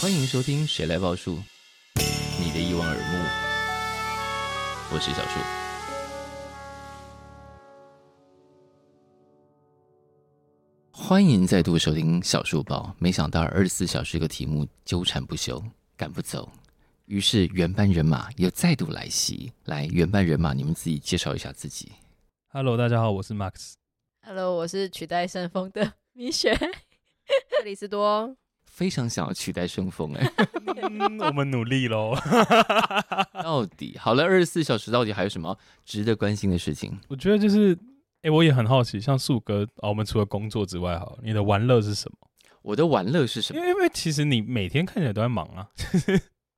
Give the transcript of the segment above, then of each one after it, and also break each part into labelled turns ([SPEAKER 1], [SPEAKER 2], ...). [SPEAKER 1] 欢迎收听《谁来报数》，你的一望而目，我是小树。欢迎再度收听小树报。没想到二十四小时这个题目纠缠不休，赶不走，于是原班人马又再度来袭。来，原班人马，你们自己介绍一下自己。
[SPEAKER 2] Hello，大家好，我是 Max。
[SPEAKER 3] Hello，我是取代顺风的 米雪。
[SPEAKER 4] 克里斯多，
[SPEAKER 1] 非常想要取代顺风 哎、
[SPEAKER 2] 嗯，我们努力喽。
[SPEAKER 1] 到底好了，二十四小时到底还有什么值得关心的事情？
[SPEAKER 2] 我觉得就是，哎、我也很好奇，像树哥啊，我们除了工作之外，好了，你的玩乐是什么？
[SPEAKER 1] 我的玩乐是什
[SPEAKER 2] 因
[SPEAKER 1] 么？
[SPEAKER 2] 为因为其实你每天看起来都在忙啊，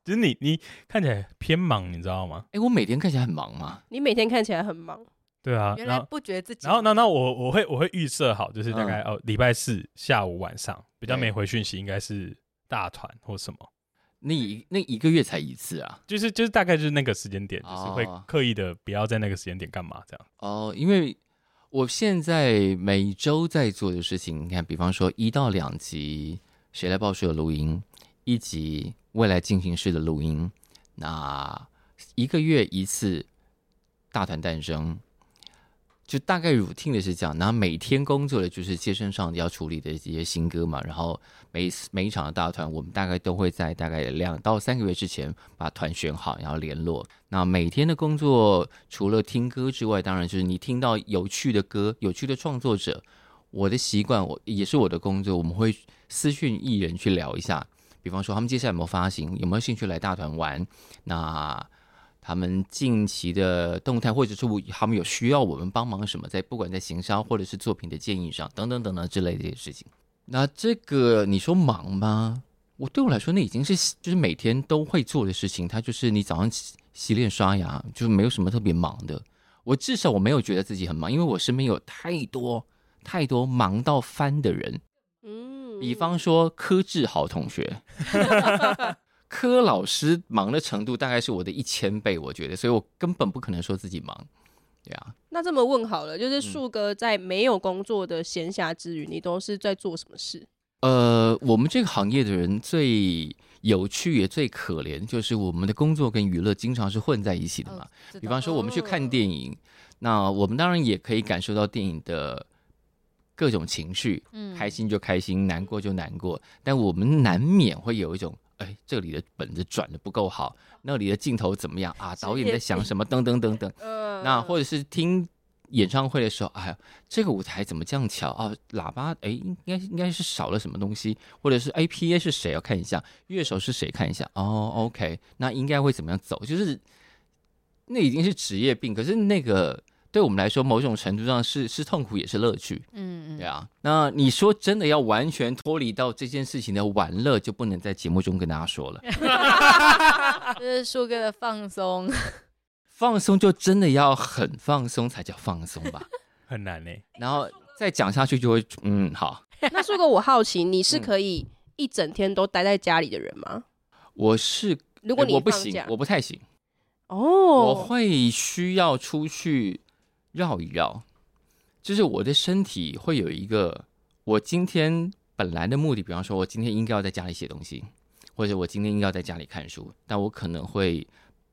[SPEAKER 2] 就是你你看起来偏忙，你知道吗？
[SPEAKER 1] 哎，我每天看起来很忙吗？
[SPEAKER 4] 你每天看起来很忙，
[SPEAKER 2] 对啊，
[SPEAKER 3] 原
[SPEAKER 2] 然
[SPEAKER 3] 来
[SPEAKER 2] 后
[SPEAKER 3] 不觉得自己，
[SPEAKER 2] 然后那那我我会我会预设好，就是大概、哦礼拜四下午晚上比较
[SPEAKER 1] 对
[SPEAKER 2] 没回讯息，应该是大团或什么。
[SPEAKER 1] 那一那一个月才一次啊？
[SPEAKER 2] 就是就是大概就是那个时间点，就是会
[SPEAKER 1] 哦
[SPEAKER 2] 刻意的不要在那个时间点干嘛这样。
[SPEAKER 1] 哦，因为我现在每周在做的事情，你看，比方说一到两集《谁来报数》的录音，一集《未来进行式》的录音，那一个月一次大团诞生，就大概 routine 的是这样。然后每天工作的就是街身上要处理的一些新歌嘛，然后每一次每一场的大团，我们大概都会在大概两到三个月之前把团选好，然后联络。那每天的工作除了听歌之外，当然就是你听到有趣的歌、有趣的创作者。我的习惯，我也是我的工作，我们会私讯艺人去聊一下，比方说他们接下来有没有发行，有没有兴趣来大团玩，那他们近期的动态，或者是我他们有需要我们帮忙什么，在不管在行销或者是作品的建议上，等等等等之类的这些事情。那这个你说忙吗？我对我来说，那已经是就是每天都会做的事情，它就是你早上起洗脸刷牙，就是没有什么特别忙的。我至少我没有觉得自己很忙，因为我身边有太多太多忙到翻的人，
[SPEAKER 4] 嗯，
[SPEAKER 1] 比方说柯志豪同学， 柯老师忙的程度大概是我的一千倍，我觉得，所以我根本不可能说自己忙。对啊，
[SPEAKER 4] 那这么问好了，
[SPEAKER 1] 嗯
[SPEAKER 4] 就是树哥在没有工作的闲暇之余，你都是在做什么事？
[SPEAKER 1] 呃，我们这个行业的人最有趣也最可怜，就是我们的工作跟娱乐经常是混在一起的嘛。
[SPEAKER 3] 哦知道
[SPEAKER 1] 比方说我们去看
[SPEAKER 4] 哦
[SPEAKER 1] 电影，那我们当然也可以感受到电影的各种情绪，
[SPEAKER 3] 嗯
[SPEAKER 1] 开心就开心，难过就难过，但我们难免会有一种。哎，这里的本子转的不够好，那里的镜头怎么样啊？导演在想什么？等等等等。
[SPEAKER 4] 嗯
[SPEAKER 1] 那或者是听演唱会的时候，哎呀，这个舞台怎么这样巧啊？喇叭哎，应该应该是少了什么东西，或者是 A P A 是谁要看一下，乐手是谁看一下。哦，OK，那应该会怎么样走？就是那已经是职业病，可是那个对我们来说，某种程度上是是痛苦，也是乐趣。
[SPEAKER 3] 嗯
[SPEAKER 1] 对啊，那你说真的要完全脱离到这件事情的玩乐，就不能在节目中跟大家说了。
[SPEAKER 3] 嗯，这是树哥的放松，
[SPEAKER 1] 放松就真的要很放松才叫放松吧。
[SPEAKER 2] 很难呢、欸
[SPEAKER 1] 然后再讲下去就会，嗯，好，
[SPEAKER 4] 那树哥，我好奇你
[SPEAKER 1] 嗯
[SPEAKER 4] 是可以一整天都待在家里的人吗？
[SPEAKER 1] 我是
[SPEAKER 4] 如果
[SPEAKER 1] 呃
[SPEAKER 4] 你
[SPEAKER 1] 我不
[SPEAKER 4] 放
[SPEAKER 1] 行
[SPEAKER 4] 假，
[SPEAKER 1] 我不太行，我
[SPEAKER 4] 哦，
[SPEAKER 1] 会需要出去绕一绕，就是我的身体会有一个，我今天本来的目的，比方说，我今天应该要在家里写东西，或者我今天应该要在家里看书，但我可能会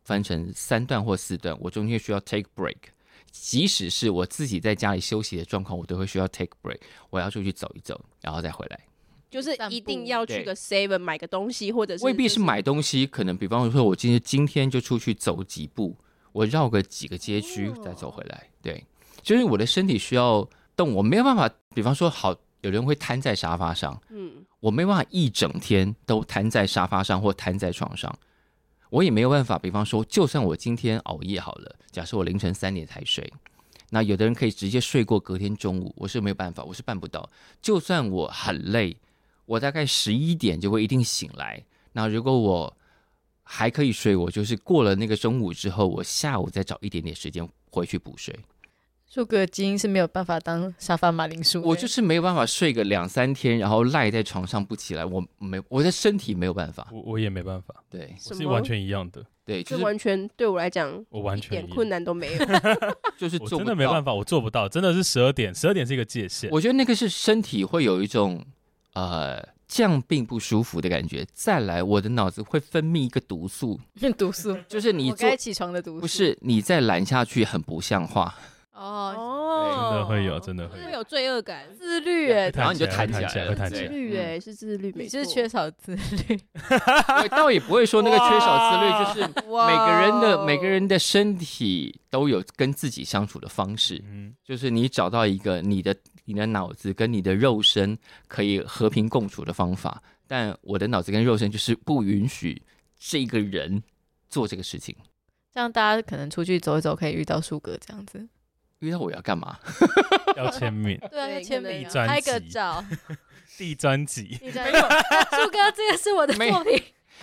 [SPEAKER 1] 分成三段或四段，我中间需要 take break。即使是我自己在家里休息的状况，我都会需要 take break，我要出去走一走，然后再回来。
[SPEAKER 4] 就是
[SPEAKER 3] 散步
[SPEAKER 4] 一定要去个 Seven 买个东西，或者是
[SPEAKER 1] 未必是
[SPEAKER 4] 就
[SPEAKER 1] 买东西，可能比方说，我今天今天就出去走几步，我绕个几个街
[SPEAKER 4] 哦
[SPEAKER 1] 区再走回来。对，就是我的身体需要动，我没有办法。比方说，好，有人会瘫在沙发上，
[SPEAKER 4] 嗯，
[SPEAKER 1] 我没有办法一整天都瘫在沙发上或瘫在床上，我也没有办法。比方说，就算我今天熬夜好了，假设我凌晨三点才睡，那有的人可以直接睡过隔天中午，我是没有办法，我是办不到。就算我很累，我大概十一点就会一定醒来。那如果我还可以睡，我就是过了那个中午之后，我下午再找一点点时间回去补睡。
[SPEAKER 3] 树哥的基因是没有办法当沙发马铃薯的。
[SPEAKER 1] 我就是没有办法睡个两三天，然后赖在床上不起来，我没我的身体没有办法。
[SPEAKER 2] 我我也没办法，
[SPEAKER 1] 对
[SPEAKER 2] 我
[SPEAKER 4] 什
[SPEAKER 2] 是
[SPEAKER 4] 么
[SPEAKER 2] 完全一样的，
[SPEAKER 1] 对，
[SPEAKER 4] 这
[SPEAKER 1] 就是
[SPEAKER 4] 完全对我来讲
[SPEAKER 2] 我完
[SPEAKER 4] 一
[SPEAKER 2] 全
[SPEAKER 4] 点
[SPEAKER 2] 一样
[SPEAKER 4] 困难都没有。
[SPEAKER 1] 就是
[SPEAKER 2] 我
[SPEAKER 1] 做
[SPEAKER 2] 真
[SPEAKER 1] 不
[SPEAKER 2] 的没
[SPEAKER 1] 到
[SPEAKER 2] 办法，我做不到，真的是十二点，十二点是一个界限。
[SPEAKER 1] 我觉得那个是身体会有一种呃降病不舒服的感觉。再来，我的脑子会分泌一个毒素，
[SPEAKER 3] 毒素，
[SPEAKER 1] 就是你
[SPEAKER 3] 我
[SPEAKER 1] 做
[SPEAKER 3] 该起床的毒素。
[SPEAKER 1] 不是你再懒下去很不像话，
[SPEAKER 3] 哦，
[SPEAKER 4] 哦
[SPEAKER 1] 真
[SPEAKER 2] 真的会有，真的会
[SPEAKER 4] 会有罪恶感，
[SPEAKER 3] 自律哎，
[SPEAKER 1] 然后你就弹
[SPEAKER 2] 弹
[SPEAKER 1] 起
[SPEAKER 2] 起
[SPEAKER 1] 来
[SPEAKER 2] 来，
[SPEAKER 1] 了
[SPEAKER 2] 会弹起
[SPEAKER 4] 自
[SPEAKER 2] 来。
[SPEAKER 4] 律
[SPEAKER 1] 嗯
[SPEAKER 4] 哎，是自律，
[SPEAKER 3] 你
[SPEAKER 4] 没
[SPEAKER 3] 是
[SPEAKER 4] 错
[SPEAKER 3] 缺少自律。
[SPEAKER 1] 我倒也不会说那个缺少自律，就是每个人的
[SPEAKER 4] 哇
[SPEAKER 1] 每个人的身体都有跟自己相处的方式，
[SPEAKER 2] 嗯，
[SPEAKER 1] 就是你找到一个你的你的脑子跟你的肉身可以和平共处的方法。但我的脑子跟肉身就是不允许这个人做这个事情。
[SPEAKER 3] 这样大家可能出去走一走，可以遇到树哥这样子。
[SPEAKER 1] 遇到我要干嘛？
[SPEAKER 2] 要签名。
[SPEAKER 3] 对啊，
[SPEAKER 4] 对
[SPEAKER 3] 就签
[SPEAKER 4] 可能
[SPEAKER 3] 名
[SPEAKER 4] 一
[SPEAKER 2] 专
[SPEAKER 3] 拍个
[SPEAKER 2] 辑
[SPEAKER 3] 照。
[SPEAKER 2] 第专辑，
[SPEAKER 3] 你没有，树哥，这个是我的
[SPEAKER 1] 没
[SPEAKER 3] 作品。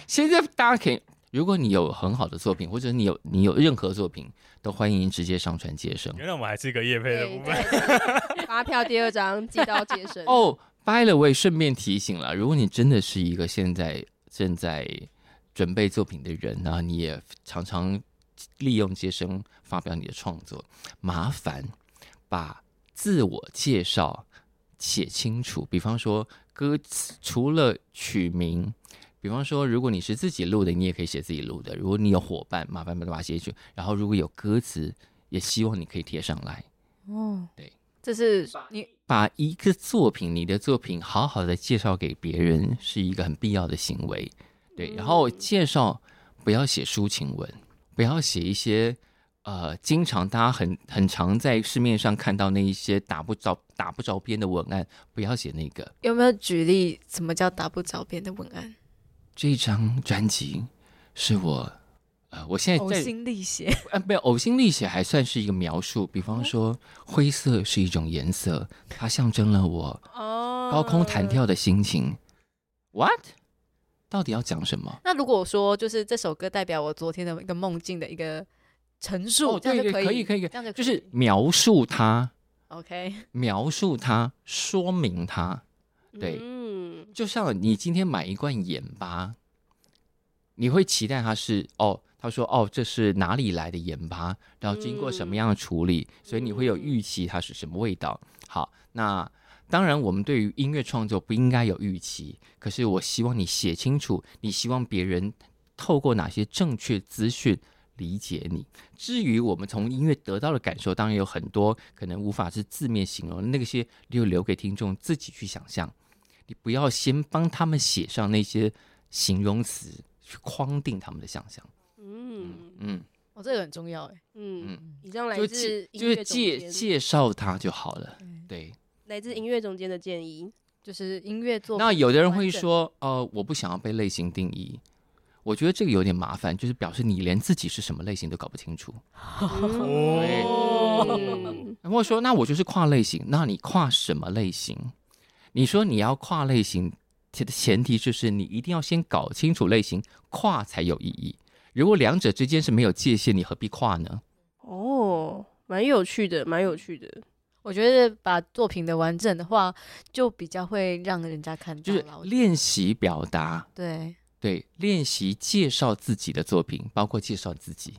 [SPEAKER 1] 现在大家可以，如果你有很好的作品，或者你有你有任何作品，都欢迎直接上传接生。。
[SPEAKER 2] 原来我们还是一个叶配的部分。
[SPEAKER 4] 发票第二张寄到杰森
[SPEAKER 1] 哦、b y the way，顺便提醒了，如果你真的是一个现在正在准备作品的人，然后你也常常利用接生发表你的创作，麻烦把自我介绍写清楚。比方说歌词，除了取名。比方说，如果你是自己录的，你也可以写自己录的；如果你有伙伴，麻烦把它写进去。然后，如果有歌词，也希望你可以贴上来。
[SPEAKER 3] 哦，
[SPEAKER 1] 对，
[SPEAKER 3] 这是你
[SPEAKER 1] 把一个作品，你的作品好好的介绍给别人，是一个很必要的行为。对，然后
[SPEAKER 3] 嗯
[SPEAKER 1] 介绍不要写抒情文，不要写一些呃，经常大家很很常在市面上看到那一些打不着打不着边的文案，不要写那个。
[SPEAKER 3] 有没有举例？什么叫打不着边的文案？
[SPEAKER 1] 这张专辑是我呃，我现在
[SPEAKER 3] 呕
[SPEAKER 1] 在
[SPEAKER 3] 心沥血。
[SPEAKER 1] 呃，没有呕心沥血还算是一个描述，比
[SPEAKER 3] 哦
[SPEAKER 1] 方说灰色是一种颜色，它象征了我
[SPEAKER 4] 哦
[SPEAKER 1] 高空弹。跳的心情。What？到底要讲什么？
[SPEAKER 3] 那如果说就是这首歌代表我昨天的一个梦境的一个陈述，
[SPEAKER 1] 哦
[SPEAKER 3] 这样
[SPEAKER 1] 对
[SPEAKER 3] 就
[SPEAKER 1] 对
[SPEAKER 3] 以，
[SPEAKER 1] 可以可以可以
[SPEAKER 3] 这样就
[SPEAKER 1] 就
[SPEAKER 3] 可以
[SPEAKER 1] 是描述它，
[SPEAKER 3] OK。
[SPEAKER 1] 描述它，说明它。对
[SPEAKER 4] 嗯，
[SPEAKER 1] 就像你今天买一罐盐巴，你会期待它是哦，他说哦，这是哪里来的盐巴，然后经过什么样的处理，所以你会有预期它是什么味道。好，那当然我们对于音乐创作不应该有预期，可是我希望你写清楚，你希望别人透过哪些正确资讯。理解你。至于我们从音乐得到的感受，当然有很多，可能无法是字面形容，那些就留给听众自己去想象。你不要先帮他们写上那些形容词去框定他们的想象。
[SPEAKER 4] 嗯
[SPEAKER 1] 嗯，
[SPEAKER 3] 哦，这个很重要哎。
[SPEAKER 4] 嗯，
[SPEAKER 1] 嗯，
[SPEAKER 4] 以上来
[SPEAKER 1] 就
[SPEAKER 4] 自
[SPEAKER 1] 介
[SPEAKER 4] 音
[SPEAKER 1] 就
[SPEAKER 4] 乐
[SPEAKER 1] 是
[SPEAKER 4] 总
[SPEAKER 1] 介
[SPEAKER 4] 监，
[SPEAKER 1] 介绍他就好了。对，
[SPEAKER 4] 来自音乐总监的建议。
[SPEAKER 3] 就是音乐作品
[SPEAKER 1] 那有的人会
[SPEAKER 3] 完整
[SPEAKER 1] 说，呃，我不想要被类型定义。我觉得这个有点麻烦，就是表示你连自己是什么类型都搞不清楚。哦
[SPEAKER 4] 嗯
[SPEAKER 1] 然后说，那我就是跨类型，那你跨什么类型？你说你要跨类型，前前提就是你一定要先搞清楚类型，跨才有意义。如果两者之间是没有界限，你何必跨呢？
[SPEAKER 4] 哦，蛮有趣的，蛮有趣的。
[SPEAKER 3] 我觉得把作品的完整的话，就比较会让人家看
[SPEAKER 1] 就
[SPEAKER 3] 到
[SPEAKER 1] 是
[SPEAKER 3] 啦。我觉得
[SPEAKER 1] 练习表达，
[SPEAKER 3] 对，
[SPEAKER 1] 对，练习介绍自己的作品，包括介绍自己。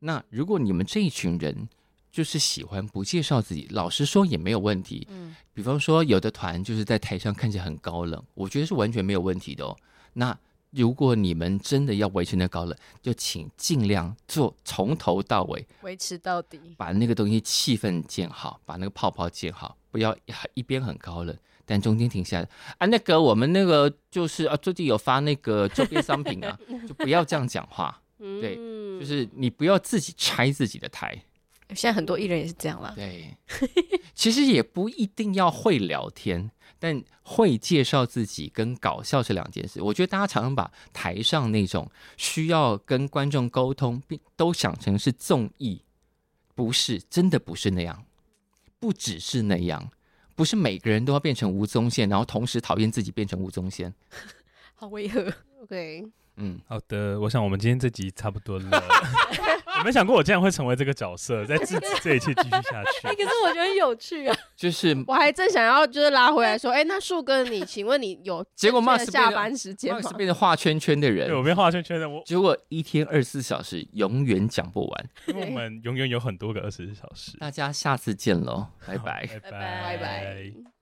[SPEAKER 1] 那如果你们这一群人就是喜欢不介绍自己，老实说也没有问题。
[SPEAKER 3] 嗯，
[SPEAKER 1] 比方说，有的团就是在台上看起来很高冷，我觉得是完全没有问题的哦。那如果你们真的要维持那高冷，就请尽量做从头到尾，
[SPEAKER 3] 维持到底。
[SPEAKER 1] 把那个东西气氛建好，把那个泡泡建好，不要一一边很高冷，但中间停下来啊。那个我们那个就是啊，最近有发那个周边商品啊，就不要这样讲话，
[SPEAKER 4] 嗯
[SPEAKER 1] 对
[SPEAKER 4] 就
[SPEAKER 1] 就是你不要自己拆自己的台。
[SPEAKER 3] 现在很多艺人也是这样啦。
[SPEAKER 1] 对，其实也不一定要会聊天，但会介绍自己跟搞笑是两件事。我觉得大家常常把台上那种需要跟观众沟通，并都想成是综艺，不是，真的不是那样，不只是那样。不是每个人都要变成吴宗宪，然后同时讨厌自己变成吴宗宪。
[SPEAKER 3] 好违和。
[SPEAKER 4] OK。
[SPEAKER 1] 嗯，
[SPEAKER 2] 好的，我想我们今天这集差不多了。 我没想过我竟然会成为这个角色，在制止这一切继续下
[SPEAKER 3] 哎，
[SPEAKER 2] 去。
[SPEAKER 3] 可是我觉得很有趣啊，
[SPEAKER 1] 就是
[SPEAKER 4] 我还正想要就是拉回来说，哎、那树哥你，请问你有
[SPEAKER 1] 结果
[SPEAKER 4] 正确
[SPEAKER 1] Max
[SPEAKER 4] 的
[SPEAKER 1] 变
[SPEAKER 4] 下
[SPEAKER 1] 得
[SPEAKER 4] 班时间吗
[SPEAKER 1] Max？变成画圈圈的
[SPEAKER 2] 对，我
[SPEAKER 1] 人，
[SPEAKER 2] 变画圈圈的，我
[SPEAKER 1] 结果一天二十四小时永远讲不完。
[SPEAKER 2] 因为我们永远有很多个二十四小时。
[SPEAKER 1] 大家下次见喽，拜拜。
[SPEAKER 2] 拜
[SPEAKER 3] 拜
[SPEAKER 4] 拜拜。